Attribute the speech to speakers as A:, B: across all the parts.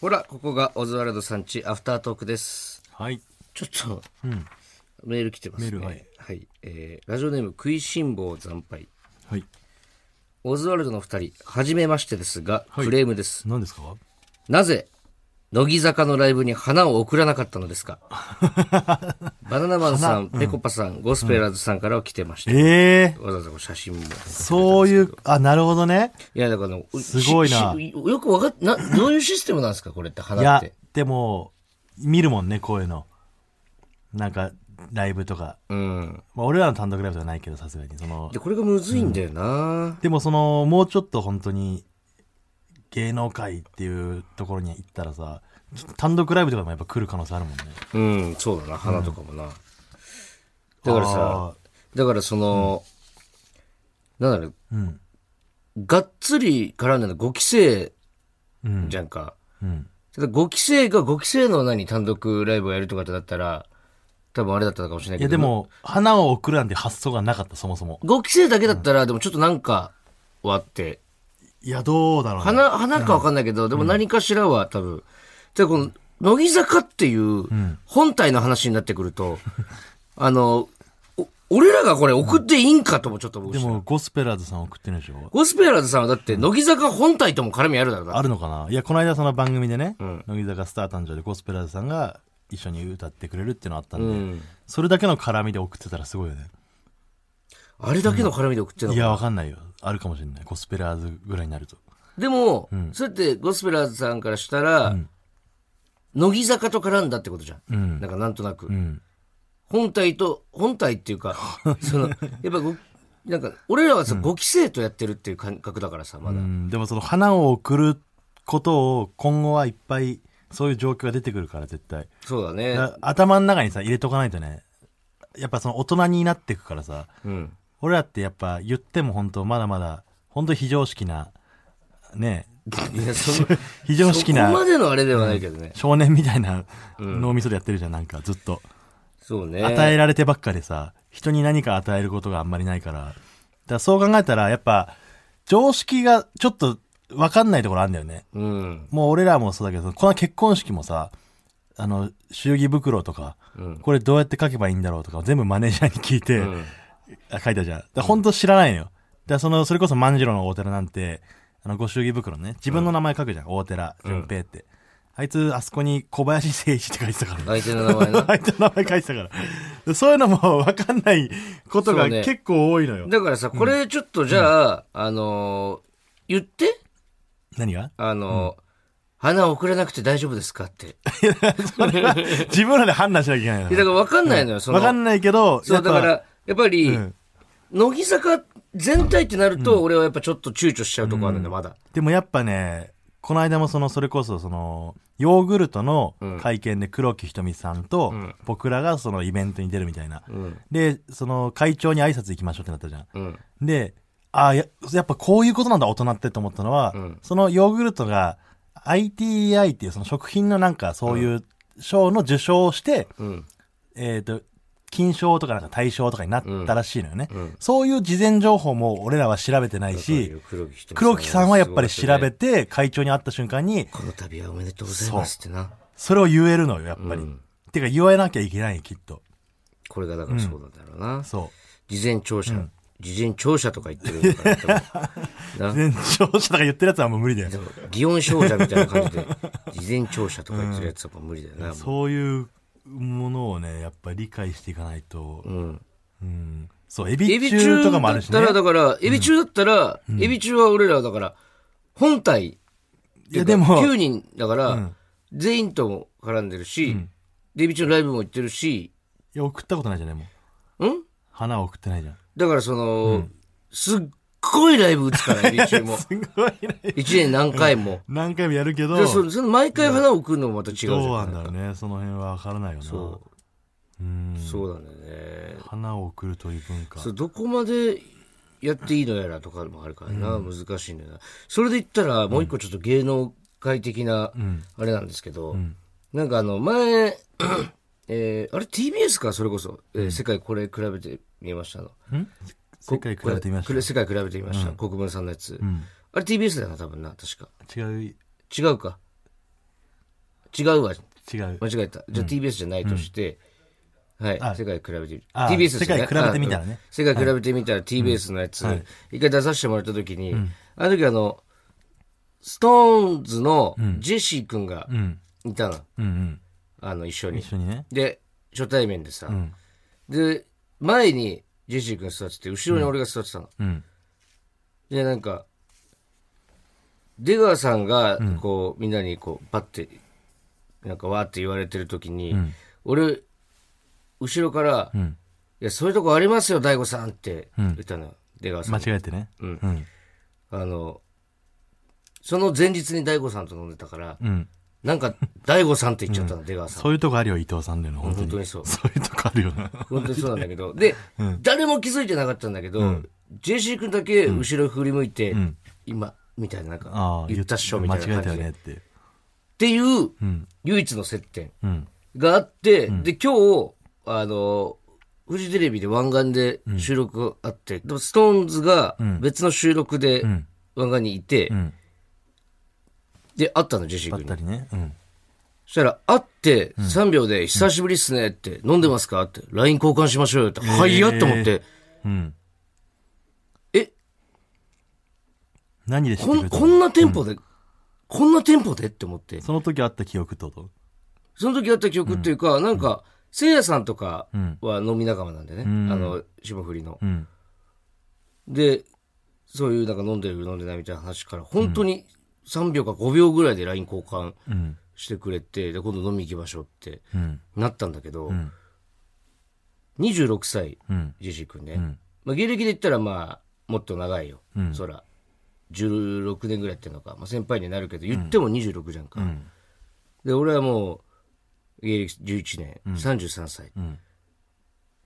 A: ほら、ここがオズワルドさんち、アフタートークです。
B: はい。
A: ちょっと、メール来てますね。
B: メールはい。
A: えーラジオネーム、食いしん坊惨敗。
B: はい。
A: オズワルドの二人、はじめましてですが、
B: い
A: クレームです。
B: 何ですか
A: なぜ、乃木坂のライブに花を送らなかったのです かバナナマンさん、ペコパさん、ゴスペラーズさんからは来てました。
B: ええ
A: わざわざこう写真も。
B: そういう、あ、なるほどね。
A: いや、だからあの、
B: すごいな
A: ししよくわかっ、な、どういうシステムなんですかこれって、
B: い
A: 花っ
B: や
A: て。、
B: でも、見るもんね、こういうの。なんか、ライブとか。
A: うん。
B: まあ、俺らの単独ライブではないけど、さすがに。その
A: で、、これがむずいんだよな、
B: でもその、もうちょっと本当に、芸能界っていうところに行ったらさ、ちょっと単独ライブとかでもやっぱ来る可能性あるもんね。
A: うん。そうだな、花とかもな。だからさ、
B: あ
A: だからその、なんだろ
B: ー、うん。
A: う、がっつり絡んだの5期生
B: うん。
A: じゃんか。
B: うん。
A: ただ5期生が5期生の何単独ライブをやるとかってだったら、多分あれだったのかもしれない
B: い
A: けど。
B: や、でも、花を送るなんて発想がなかった、そもそも。
A: 5期生だけだったら、でもちょっとなんかはあって、
B: いや、どうだろうね。
A: 花、花かわかんないけど、でも何かしらは多分。で、この、乃木坂っていう本体の話になってくると、 あの、お俺らがこれ送っていいんかともちょっと思う
B: で
A: し。
B: も、ゴスペラーズさん送ってるんでしょ
A: ゴスペラーズさんはだって、乃木坂本体とも絡みあるだろうな
B: あるのかないや、この間その番組でね、乃木坂スター誕生でゴスペラーズさんが一緒に歌ってくれるっていうのあったんで、
A: うん
B: それだけの絡みで送ってたらすごいよね。
A: あれだけの絡みで送ってんの
B: い
A: かな
B: や、わかんないよ。あるかもしれない。ゴスペラーズぐらいになると。
A: でも、そうやってゴスペラーズさんからしたら、乃木坂と絡んだってことじゃん。
B: ん
A: なんかなんとなく。
B: うん。
A: 本体と、本体っていう か、その、やっぱご、なんか、俺らはさ、5期生とやってるっていう感覚だからさ、まだ。
B: うんでもその花を送ることを今後はいっぱいそういう状況が出てくるから絶対。
A: そうだね。
B: だ頭の中にさ、入れとかないとね、やっぱその大人になってくからさ、
A: うん。
B: 俺らってやっぱ言っても本当まだまだ、本当非常識な、ね、
A: いや、その、
B: 非常識な
A: そこまでのあれではないけどね。
B: 少年みたいな脳みそでやってるじゃん、なんかずっと。
A: そうね。
B: 与えられてばっかでさ、人に何か与えることがあんまりないから。だからそう考えたら、やっぱ、常識がちょっとわかんないところあるんだよね。
A: うん。
B: もう俺らもそうだけど、この結婚式もさ、あの、祝儀袋とか、
A: うん
B: これどうやって書けばいいんだろうとか、全部マネージャーに聞いて、
A: うん。
B: あ書いたじゃん。だから本当知らないのよ。だからその、それこそ万次郎の大寺なんて、あの、ご祝儀袋ね、自分の名前書くじゃん、大寺、淳平って。あいつ、あそこに小林誠一って書いてたからね。
A: 相手の名前 な。
B: 相手の名前書いてたから。そういうのも分かんないこと
A: そ
B: が
A: うね
B: 結構多いのよ。
A: だからさ、これちょっとじゃあ、あのー、言って、
B: 何が
A: あのー、花を送らなくて大丈夫ですかって。
B: 自分らで判断しなきゃいけないの
A: いやだか
B: よ。
A: ら分かんないのよ、その。
B: 分かんないけど、
A: そう、だ
B: やっ
A: か
B: ぱ
A: ら、やっぱり、
B: うん
A: 乃木坂全体ってなると、俺はやっぱちょっと躊躇しちゃうとこあるんだよ、まだ。
B: でもやっぱね、この間もその、それこそその、ヨーグルトの会見で黒木瞳さんと、僕らがそのイベントに出るみたいな。
A: ん
B: で、その会長に挨拶行きましょうってなったじゃん。
A: うん。
B: で、ああ、ややっぱこういうことなんだ、大人ってと思ったのは、
A: ん
B: そのヨーグルトが ITI っていうその食品のなんかそういう賞の受賞をして、
A: うん。
B: えっ、と、金賞とかなんか大賞とかになったらしいのよね、
A: うんうん
B: そういう事前情報も俺らは調べてないし、黒木さんはやっぱり調べ
A: て。
B: て、会長に会った瞬間に、
A: この度はおめでとうございますってな。
B: それを言えるのよ、やっぱり。
A: うん
B: てか、言えなきゃいけない、きっと。
A: これがだからそうなんだろうな。
B: そ
A: 事前聴者、事前聴者とか言ってるのかなと思うな
B: う。全聴者とか言ってるやつはもう無理だよ
A: で。も、祇園少女みたいな感じで、事前聴者とか言ってるやつはもう無理だよな。もう
B: そういうものをね、やっぱり理解していかないと。
A: ん
B: うんそう、エ
A: エ
B: ビ
A: ビ
B: 中
A: 中
B: とかもあるしね
A: だっ。たら、だから、エビ中だったら、エビ中は俺らだから、本体、
B: いや、でも、
A: 9人だから、全員とも絡んでるし、でエビ中のライブも行ってるし、
B: いや送ったことないじゃん、でもう。
A: ん
B: 花を送ってないじゃん。
A: だからその、すっごいライブ打つから、エビ中 も。
B: すごいね。
A: 1年何回も。
B: 何回もやるけど、
A: でそのその毎回花を送るのもまた違うじゃ
B: どうなん
A: ん。
B: だろうね。その辺はわからないよな。。
A: そう
B: ん。
A: そうなんだよね。
B: 花を送るという文化。
A: そうどこまでやっていいのやらとかもあるからな、難しいんだよなそれで言ったらもう一個ちょっと芸能界的なあれなんですけど、なんかあの前、 えーあれ TBS かそれこそ、えー世界これ比べてみましたの
B: ん世界比べてみまし
A: これ世界比べてみました、国分さんのやつ、あれ TBS だよな多分な確か
B: た。違う。
A: 違うか違うわ。
B: 違う
A: 間。違えた。じゃあ TBS じゃないとして、はい、
B: あ
A: 世界比べてみる。
B: あ
A: TBS ですよね。
B: 世界比べてみたらね
A: あうん世界比べてみたら TBS のやつ、一回出させてもらった時に、あの時あの、ストーンズのジェシー君が
B: うん。
A: いたの。
B: うんうん。
A: あの、一緒に
B: 一。緒にね。
A: で、初対面でさ、
B: ん
A: で、前にジェシー君座ってて、後ろに俺が座ってたの。
B: うん。
A: で、なんか、出川さんが、こう、みんなに、こう、パッて、なんか、わーって言われてるときに、俺、後ろから、い
B: ん
A: や、そういうとこありますよ、大悟さんって言ったのよ、出川さん
B: 間
A: に。
B: 違えてね。
A: うん
B: うん。
A: あの、その前日に大悟さんと飲んでたから、
B: うん。
A: なんか、大悟さんって言っちゃったの、出川さん。
B: そういうとこあるよ、伊藤さんだよな、本当
A: 本
B: に。
A: 当にそう。
B: そういうとこあるよな。
A: 本当にそうなんだけど。で、誰も気づいてなかったんだけど、ジェシー君だけ後ろ振り向いて、今、みたいな、なん
B: あ
A: か
B: あ、、
A: 言ったっしょ、みたいな
B: 間違
A: 感
B: えた
A: じ
B: よ
A: で。
B: ねって。
A: っていう、唯一の接点
B: うん。
A: があって、で、今日、あの、フジテレビで湾岸で収録あって、でもストーンズが別の収録で
B: ん
A: 湾岸にいて、
B: ん
A: で、会ったの、ジェシー
B: ばっ
A: 君
B: た
A: に。
B: りね。うん。
A: そしたら、会って3秒で、久しぶりっすねって、飲んでますかって、LINE 交換しましょうよって、はいやと思って、
B: うん。
A: え、
B: 何で知って
A: こ
B: く
A: ん
B: れた
A: こ
B: の
A: んなテンポで、こんなテンポでって思って、
B: その時あった記憶ってこと
A: その時あった曲っていうか、なんか、せいやさんとかは飲み仲間なんでね、
B: ん
A: あの、霜降りの。
B: うん。
A: で、そういうなんか飲んでる飲んでないみたいな話から、本当に3秒か5秒ぐらいで LINE 交換
B: うん。
A: してくれて、で、今度飲み行きましょうって
B: うん。
A: なったんだけど、
B: ん
A: 26歳、
B: うん。
A: ジェシー君ね。
B: ん
A: まあ、芸歴で言ったらまあ、もっと長いよ、
B: うん
A: そら。16年ぐらいやってんのか、まあ、先輩にはなるけど、言っても26じゃんか。
B: うん。
A: で、俺はもう、芸歴11年、33歳。
B: うん。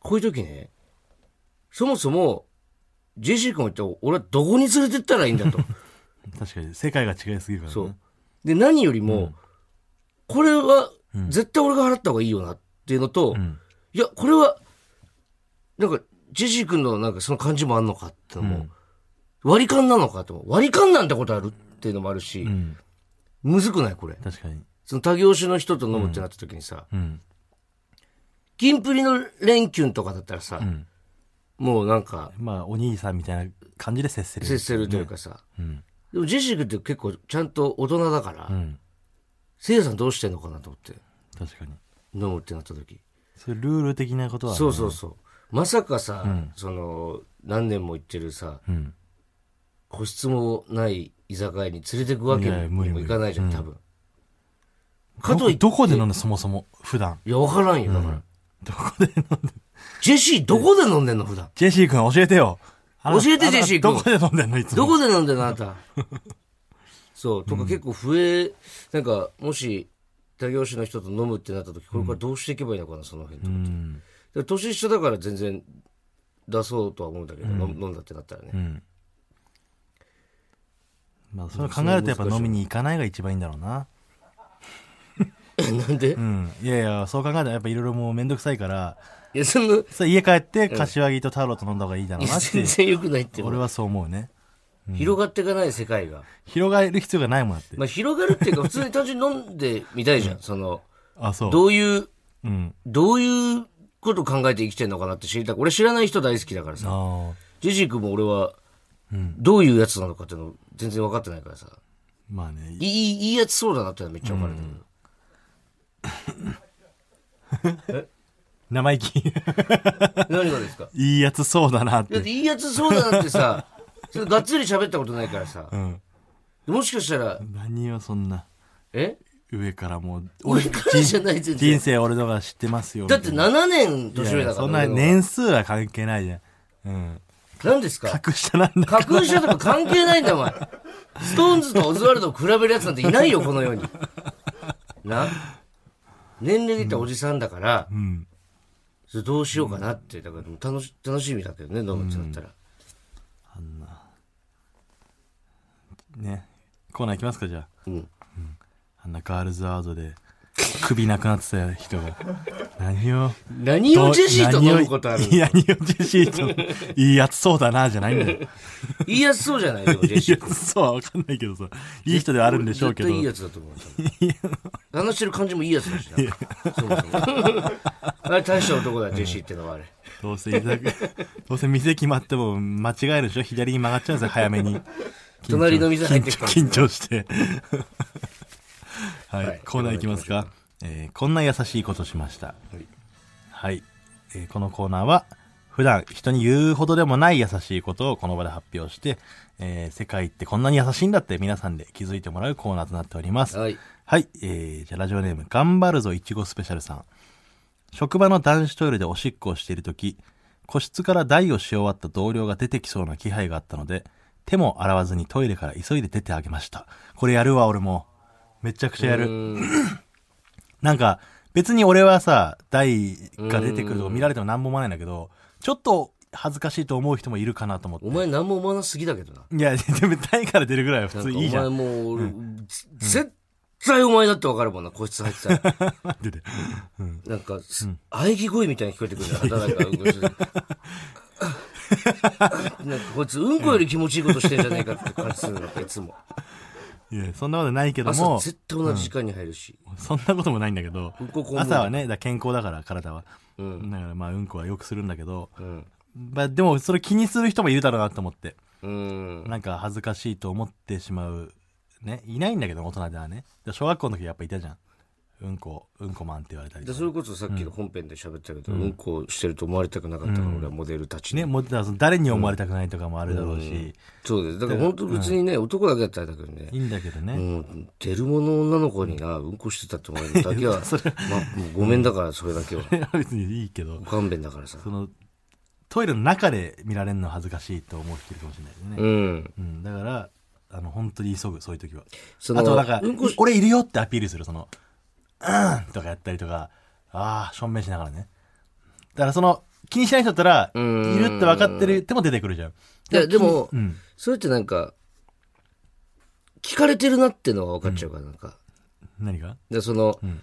A: こういう時ね、そもそも、ジェシー君を言って、俺はどこに連れてったらいいんだ と。
B: 確かに、世界が違いすぎるからね。
A: そう。。で、何よりも、これは、絶対俺が払った方がいいよなっていうのと、
B: ん
A: いや、これは、なんか、ジェシー君のなんかその感じもあんのかってのも、割り勘なのかとも、割り勘なんてことあるっていうのもあるし、
B: うん。
A: むずくないこれ。
B: 確かに。
A: その他業種の人と飲むってなった時にさ、
B: うん。
A: キンプリの連休とかだったらさ、
B: ん
A: もうなんか、
B: まあ、お兄さんみたいな感じで接せる。
A: 接せるというかさ、
B: うん。
A: でもジェシー君って結構ちゃんと大人だから、
B: うん。
A: せいやさんどうしてんのかなと思って、
B: 確かに。
A: 飲むってなった時。
B: そういうルール的なことはね。
A: そうそうそう。まさかさ、その、何年も行ってるさ、
B: うん。
A: 個室もない居酒屋に連れてくわけ
B: いやいや無
A: に
B: 理
A: も
B: 無理
A: いかないじゃん、多分。か
B: ど
A: といって、
B: どこで飲んでそもそも、普段。
A: いや、わからんよ、だから。
B: どこで飲んで
A: ジェシー、どこで飲んでんの、普段。
B: ジェシー君教えてよ。あの
A: 教えて
B: あの
A: ジェシー君
B: どこで飲んでんのいつも。
A: どこで飲んでんの、あな た。そう、とか結構増え、なんか、もし、他業種の人と飲むってなった時、これからどうしていけばいいのかな、その辺と
B: う
A: か。
B: ん。
A: で年一緒だから全然出そうとは思うんだけど、飲む飲んだってなったらね。
B: うん。まあ、それを考えるとやっぱ飲みに行かないが一番いいんだろうな。
A: なんで、
B: うん。いやいや、そう考えたらやっぱいろいろもうめんどくさいから、
A: いや、そんな、
B: それ家帰って柏木と太郎と飲んだ方がいいだろうなっ
A: 全
B: て、
A: 然良くないって。
B: 俺はそう思うね。
A: 広がっていかない世界が。
B: 広がる必要がないもんだって
A: ま。あ、広がるっていうか、普通に単純に飲んでみたいじゃん。その、
B: あ、そう。
A: どういう、
B: うん。
A: どういうこと考えて生きてんのかなって知りたく俺知らない人大好きだから
B: あ
A: さ。
B: あ。
A: ジェシー君も俺は、どういうやつなのかっていうの全然分かってないからさ。
B: まあね
A: い。い、いいやつそうだなってのはめっちゃ分かるんだけど。
B: 生意気。
A: 何がですか
B: いいやつそうだなっ。
A: だってていいやつそうだなって さ、それがっつり喋ったことないからさ。
B: うん。
A: もしかしたら、
B: 何よ、そんな。
A: え
B: 上からもう、
A: 俺
B: 俺、
A: からじゃない全
B: 人
A: 然。
B: 生俺のが知ってますよ。
A: だって
B: み
A: 7年
B: たい
A: 年
B: な
A: 上
B: いやい
A: だ
B: や
A: から。
B: そんな
A: 俺の方が
B: 年数は関係ないじゃん。うん。
A: 何ですか
B: 格下なんだ。
A: 格下とか関係ないんだよ、お前。ストーンズとオズワルドを比べるやつなんていないよ、この世に。な年齢で言ったらおじさんだから、
B: うん。
A: それどうしようかなって、だから楽し楽しみだけどね、飲むってなったら。
B: あんな。ね。コーナー行きますか、じゃあ。
A: うん。
B: あんなガールズワードで、首なくなってた人が。何を。
A: 何をジェシーと飲むことある
B: いや、何をジェシーと。いいやつそうだな、じゃないんだよ。
A: 言いやすそうじゃないよ、ジェ
B: いい
A: シ
B: や
A: ー。
B: つそうはわかんないけどさ。いい人ではあるんでしょうけど。
A: 絶対いいやつだと思う。話してる感じもいいやつだしな。そもそもあれ大した男だ、ジェシーってのはあれ。
B: どうせ居 酒屋どうせ店決まっても間違えるでしょ左に曲がっちゃうんですよ、早めに。
A: 隣の店入ってきたんです
B: 緊張緊 張して。はい、
A: はい
B: コーナーいきますか。えーこんな優しいことしました。はい。えーこのコーナーは、普段人に言うほどでもない優しいことをこの場で発表して、えー世界ってこんなに優しいんだって皆さんで気づいてもらうコーナーとなっております。
A: はい。
B: はい、えー、じゃあラジオネーム、頑張るぞいちごスペシャルさん。職場の男子トイレでおしっこをしているとき、個室から台をし終わった同僚が出てきそうな気配があったので、手も洗わずにトイレから急いで出てあげました。これやるわ、俺も。めちゃくちゃや
A: う
B: る。
A: ん
B: なんか、別に俺はさ、台が出てくるとこ見られても何も思わないんだけど、ちょっと恥ずかしいと思う人もいるかなと思って。
A: お前何も思わなすぎだけどな。
B: いや、でも台から出るぐらいは普
A: なん
B: 通
A: かお
B: いいじゃ
A: 前
B: ん。
A: もう、絶対お前だってわかるもんな、個室入ってたら。
B: 待ってて
A: なんか、す喘ぎ声みたいに聞こえてくるんだよ、働くから。 なんかこいつ、うんこより気持ちいいことしてんじゃないかって感じするの、いつも。
B: いや、そんなことないけど
A: 朝
B: も。
A: 絶対同じ時間に入るし。
B: そんなこともないんだけど
A: うんこ肛、門
B: 朝はね、だから健康だから体は。だからまあうんこはよくするんだけど、
A: うん。
B: まあでもそれ気にする人もいるだろうなと思って、
A: うん。
B: なんか恥ずかしいと思ってしまう、ね、いないんだけど大人ではね。で小学校の時やっぱいたじゃん。うんこ、うんこマンって言われた
A: で、
B: りとか。
A: それこそさっきの本編で喋ったけど、うんこしてると思われたくなかったから、俺はモデルたちに
B: ね、。もうだからその誰に思われたくないとかもあるだろうし、
A: そうです。だから本当別にね、男だけだったらだけどね。
B: いいんだけどね。
A: もう出るもの女の子にな、うんこしてたって思われるだけは、まあ、もうごめんだから、それだけは。
B: 別にいいけど
A: ご、勘弁だからさ。
B: その、トイレの中で見られるの恥ずかしいと思う人いるかもしれないですね。
A: うん。
B: うん、だから、あの、本当に急ぐ、そういう時は。
A: その
B: あと、なんか、
A: うんこ
B: い俺いるよってアピールする、その、うんとかやったりとか、ああ、証明しながらね。だから、その、気にしない人だったら、い
A: ん
B: るって分かってる手も出てくるじゃん。
A: いや、でも、
B: うん。
A: それってなんか、聞かれてるなってのは分かっちゃうから、なんか。
B: 何が
A: で、その、
B: ん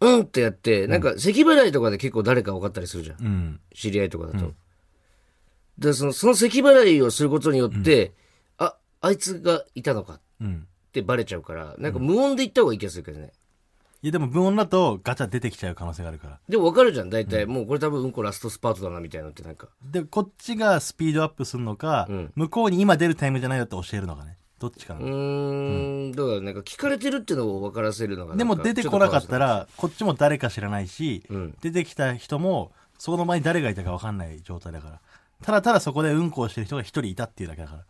A: うんってやって、なんか、咳払いとかで結構誰か分かったりするじゃん。
B: うん。
A: 知り合いとかだと。で、その、その咳払いをすることによって、あ、あいつがいたのかっ
B: うん。
A: てバレちゃうから、なんか無音で言った方がいい気がするけどね。
B: いや、でも、無音だと、ガチャ出てきちゃう可能性があるから。
A: でも分かるじゃん、大体。もうこれ多分うんこラストスパートだな、みたいなのってなんか。
B: で、こっちがスピードアップするのか、
A: ん
B: 向こうに今出るタイムじゃないよって教えるのかね。どっちかな。
A: うーん、だからなんか聞かれてるってのを分からせるのがなん
B: で
A: か
B: も出てこなかった
A: ちょと
B: ら、こっちも誰か知らないし、
A: ん
B: 出てきた人も、その前に誰がいたか分かんない状態だから。ただただそこでうんこをしてる人が一人いたっていうだけだか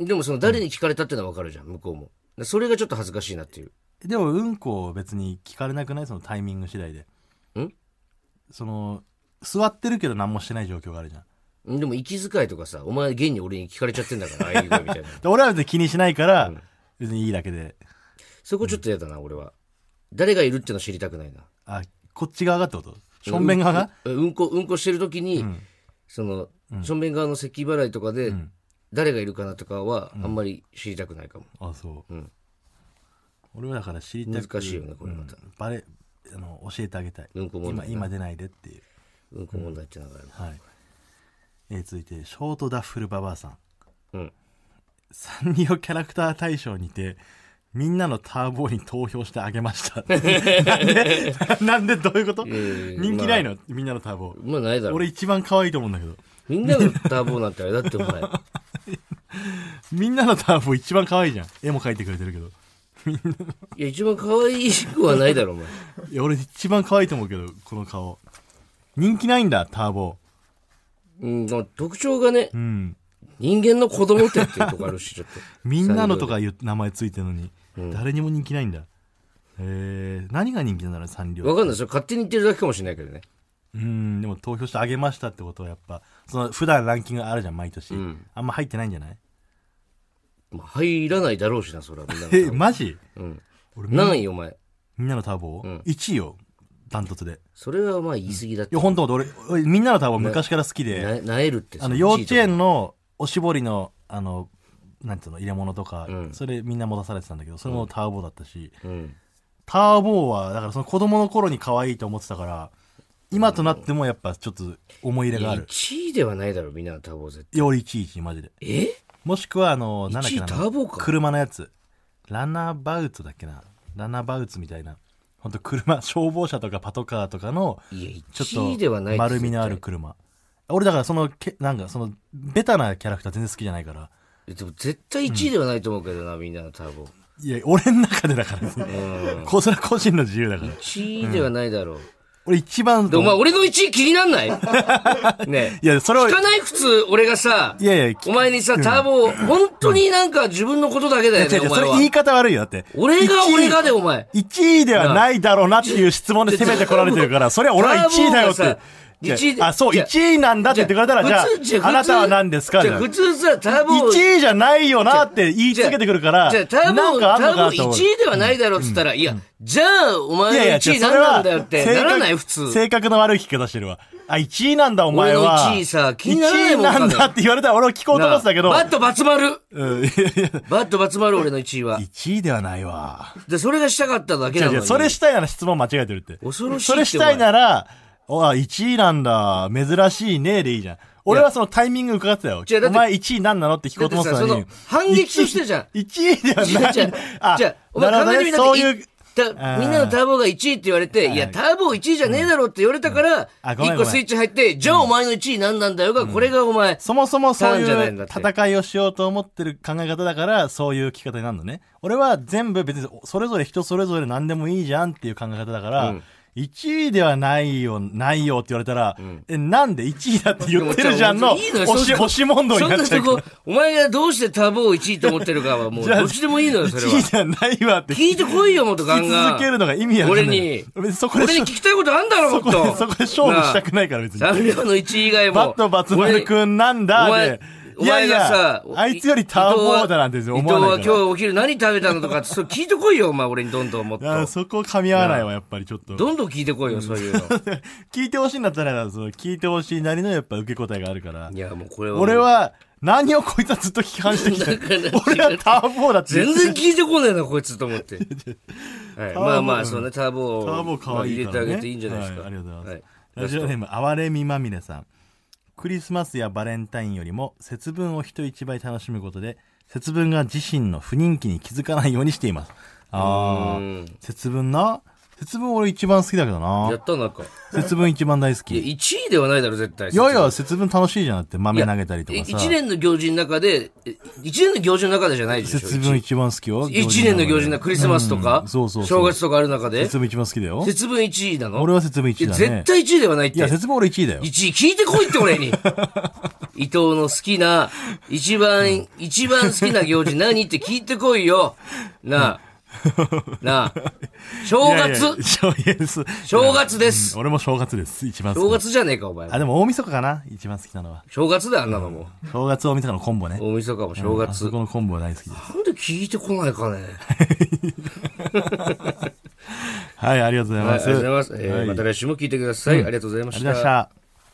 B: ら。
A: でもその誰に聞かれたってのは分かるじゃん、向こうも。でそれがちょっと恥ずかしいなっていう。
B: でも、うんこを別に聞かれなくないそのタイミング次第で。
A: ん
B: その、座ってるけど何もしてない状況があるじゃん。
A: でも息遣いとかさ、お前現に俺に聞かれちゃってんだから、ああいう声みたいな。
B: で俺は別に気にしないから、別にいいだけで、
A: そこちょっと嫌だな、俺は。誰がいるっての知りたくないな。
B: あ、こっち側がってこと正面側が、
A: うんうんこ、うんこしてる時に、その、正面側の咳払いとかで、誰がいるかなとかは、あんまり知りたくないかも。
B: あ、そう、
A: うん
B: 俺はだから知りたく
A: 難しいよねこれまた
B: うんバレ、あの、教えてあげたい。
A: うんこ問
B: 今、
A: 題な
B: 今出ないでっていう。
A: うんこ問題ってながらも。
B: はい。えー続いて、ショートダッフルババアさん。
A: うん。
B: サンリオキャラクター大賞にて、みんなのターボーに投票してあげました。 なんで なんでどういうこと
A: えー
B: 人気ないの、みんなのターボー。
A: まあないだろ。
B: 俺一番可愛いと思うんだけど。
A: みんながターボーなんてあれだってお 前。
B: みんなのターボー一番可愛いじゃん。絵も描いてくれてるけど。
A: いや、一番可愛いくはないだろ、お前。
B: いや、俺一番可愛いと思うけど、この顔。人気ないんだ、ターボ
A: うん、まあ特徴がね
B: ー。う、ん。
A: 人間の子供ってっていうとこあるし、ちょっと。
B: みんなのとかいう名前ついてるのに、誰にも人気ないんだ。えー、何が人気なんだろう、サ ンリオ。
A: わかんない。それ勝手に言ってるだけかもしれないけどね。
B: うん、でも投票してあげましたってことはやっぱ、その普段ランキングあるじゃん、毎年。あんま入ってないんじゃない
A: まあ、入らないだろうしな、 それはみんなのター
B: え、
A: ボー。
B: マジ
A: うん。
B: 俺みん
A: 何位、お前。
B: みんなのターボを、?1 位よ、ダントツで。
A: それはまあ言い過ぎだっ
B: い
A: て
B: や、。本当俺、俺みんなのターボ昔から好きで、
A: な、なえるってさ
B: あの、幼稚園のおしぼりの、あの、なんていうの、入れ物とか、それみんな持たされてたんだけど、それもターボだったし、
A: うん。
B: ターボは、だからその子供の頃に可愛いと思ってたから、今となってもやっぱちょっと思い入れがある。
A: 1位ではないだろ、みんなのターボー絶
B: いや、俺1位1位、マジで。
A: 対。え
B: もしくは、あの、なんだっけ
A: 1位
B: な
A: ターボか
B: 車のやつ。ラナバウトだっけな。ラナバウツみたいな本当車消防車とかパトカーとかの
A: いや、
B: ちょ
A: 1位では
B: っ
A: な
B: と
A: い
B: 丸みのある車俺だからそのけなんかそのベタなキャラクター全然好きじゃないから
A: 絶対でも絶対1位ではないと思うけどな、みんな多分。
B: いや俺の中でだからです
A: う
B: ね
A: ん。
B: こうそれは個人の自由だから
A: 1位ではないだろう。
B: 俺一番
A: で、お前、俺の1位気になん ないね
B: いやそれは
A: 聞かない普通、俺がさ
B: い、やいや
A: お前にさ、ターボ、本当になんか自分のことだけだよ
B: 違
A: ね、
B: う違う
A: お前
B: それ
A: は
B: 言。い方悪いよだって
A: 俺が俺がで、お前。
B: 1位ではないだろうなっていう質問で攻めてこられてるから、それは俺は1位だよ
A: ターボ
B: って
A: がさ。
B: じゃあ
A: 一位で
B: あ、そう、
A: じゃあ
B: 1位なんだって言ってくれたら、じゃ
A: 普通じゃ
B: あ、あなたは何ですか
A: じ
B: じ
A: ゃ
B: ゃ
A: あ普通さ、ターボ、
B: 1位じゃないよなって言い続けてくるから、
A: じゃあター
B: な
A: ボ、
B: ん
A: タ
B: かあんの
A: ー
B: かな
A: ボ
B: と思う。
A: 1位ではないだろうっつったら、いや、じゃあ、お
B: いや
A: 前の
B: いや、違
A: 1
B: う
A: 位
B: そ
A: 何
B: れ
A: なん
B: は
A: だよって、
B: 性
A: な
B: 格
A: らない普通。
B: 性格の悪い聞き方してるわ。あ、1位なんだお前は。
A: 俺の1位さ気にならないもん
B: 1位なんだって言われたら俺は聞こうと思ってたけど。
A: バットバツ丸
B: うんいやいや
A: バットバツ丸俺の1位は。
B: 1位ではないわ。
A: で、それがしたかっただけ
B: 違
A: な
B: う
A: の
B: 違う、
A: に。
B: それしたいなら質問間違えてるって。
A: 恐ろしいって
B: それしたいなら、おあ、1位なんだ、珍しいね、でいいじゃん。俺はそのタイミング伺ってたよ。
A: 違うだって
B: お前1位なんなのって聞こうと思ってたの
A: だっ
B: に
A: てさ。その反撃としてじゃん
B: 1位では
A: じゃ
B: ない。
A: あ、じゃあ、じゃあお前考えてみた
B: そういう、あー
A: たみんなのターボが1位って言われて、いや、ターボ1位じゃねえだろうって言われたから、
B: あごめん
A: 1個スイッチ入って、じゃあお前の1位何なんだよが、これがお前、
B: そもそもそう
A: ターンじゃない
B: い
A: ん
B: う
A: だって
B: 戦いをしようと思ってる考え方だから、そういう聞き方になるのね。俺は全部別に、それぞれ人それぞれ何でもいいじゃんっていう考え方だから、1位ではないよ、ないよって言われたら、え、なんで1位だって言ってるじゃんの、
A: いいのよ
B: 押し、押し問答になっちゃう
A: そ
B: か
A: んな
B: ら
A: とこ、お前がどうしてターボを1位と思ってるかはもう、
B: じゃあ
A: どっちでもいいのよ、それ
B: 1位
A: は。
B: じゃないわって
A: 聞いてこいよ、元カ
B: 聞
A: ン
B: き
A: が。
B: 続けるのが意味わかんない。
A: 俺に
B: 別にそこで、
A: 俺に聞きたいことあんだろ、も
B: そ
A: っ
B: こで、
A: と。
B: そこで勝負したくないから別に。
A: 三両の1位以外も。
B: バットバツ丸くんなんだ
A: お
B: で。
A: 前お前がさ
B: いやいやあいつよりターボーだなんて思わない
A: 伊
B: か
A: 藤は
B: ら。
A: 今日お昼何食べたのとか、そう聞いてこいよ、お前、俺にどんどんもっ
B: いや、
A: と。
B: そこ噛み合わないわ、やっぱりちょっと。
A: どんどん聞いてこいよ、そう いうの。
B: 聞いてほしいんだったら、そう聞いてほしいなりのやっぱ受け答えがあるから
A: い。や、もうこれは。
B: 俺、は、何をこいつはずっと批判してきた。 俺はターボーだって。
A: 全然聞いてこないな、こいつと思 って。はい、まあまあ、そうね、ターボを。
B: ターボ可愛い
A: ま
B: か
A: あ入れて
B: ら、ね。
A: あげていいんじゃないですか。
B: はありがとうございます。
A: はい
B: ラジオネーム、哀れみまみれさん。クリスマスやバレンタインよりも節分を人一倍楽しむことで、節分が自身の不人気に気づかないようにしています。あ
A: う
B: ー
A: ん、
B: 節分な節分俺一番好きだけ
A: や
B: どな。
A: ったなんか。
B: 節分一番大好
A: い
B: き。
A: や、
B: い
A: 1位ではないだろ、絶対。
B: やいや、節分楽しいじゃなくて豆
A: や
B: 投げたりとかさ
A: 一。年の行事の中で、え一年の行事の中でじゃないでしょ。
B: 節分一番好きよ。
A: 一年の行事の中、クリスマスとか、
B: うんそうそうそう
A: 正月とかある中で、
B: 節分一番好きだよ。
A: 節分1位なの
B: 俺は節分1位だ
A: いや
B: ね
A: 絶。対1位ではないっ
B: い
A: て。
B: や、
A: 1
B: 節分俺1位だよ。
A: 位聞いてこい って俺に。伊藤の好きな、一番、一番好きな行事何って聞いてこいよ。なあ。 なあ。正
B: いやいや
A: 月
B: 正月。
A: 正月です。
B: 俺も正月です。一番好き。
A: 正月じゃねえか、お前。
B: あ、でも大晦日かな一番好きなのは。
A: 正月だよ、あんなのも
B: 正月大晦日のコンボね
A: う。。大晦日も正
B: あ
A: 月。
B: そこのコンボは大好きで
A: な
B: す。
A: んで聞いてこないかね。
B: はい、ありがとうござい
A: はい、あり
B: ま
A: が
B: す。
A: とうございます。えー
B: はい
A: また来週も聞いてください。ありがとうございま
B: あ
A: し。
B: りがとうございましたた。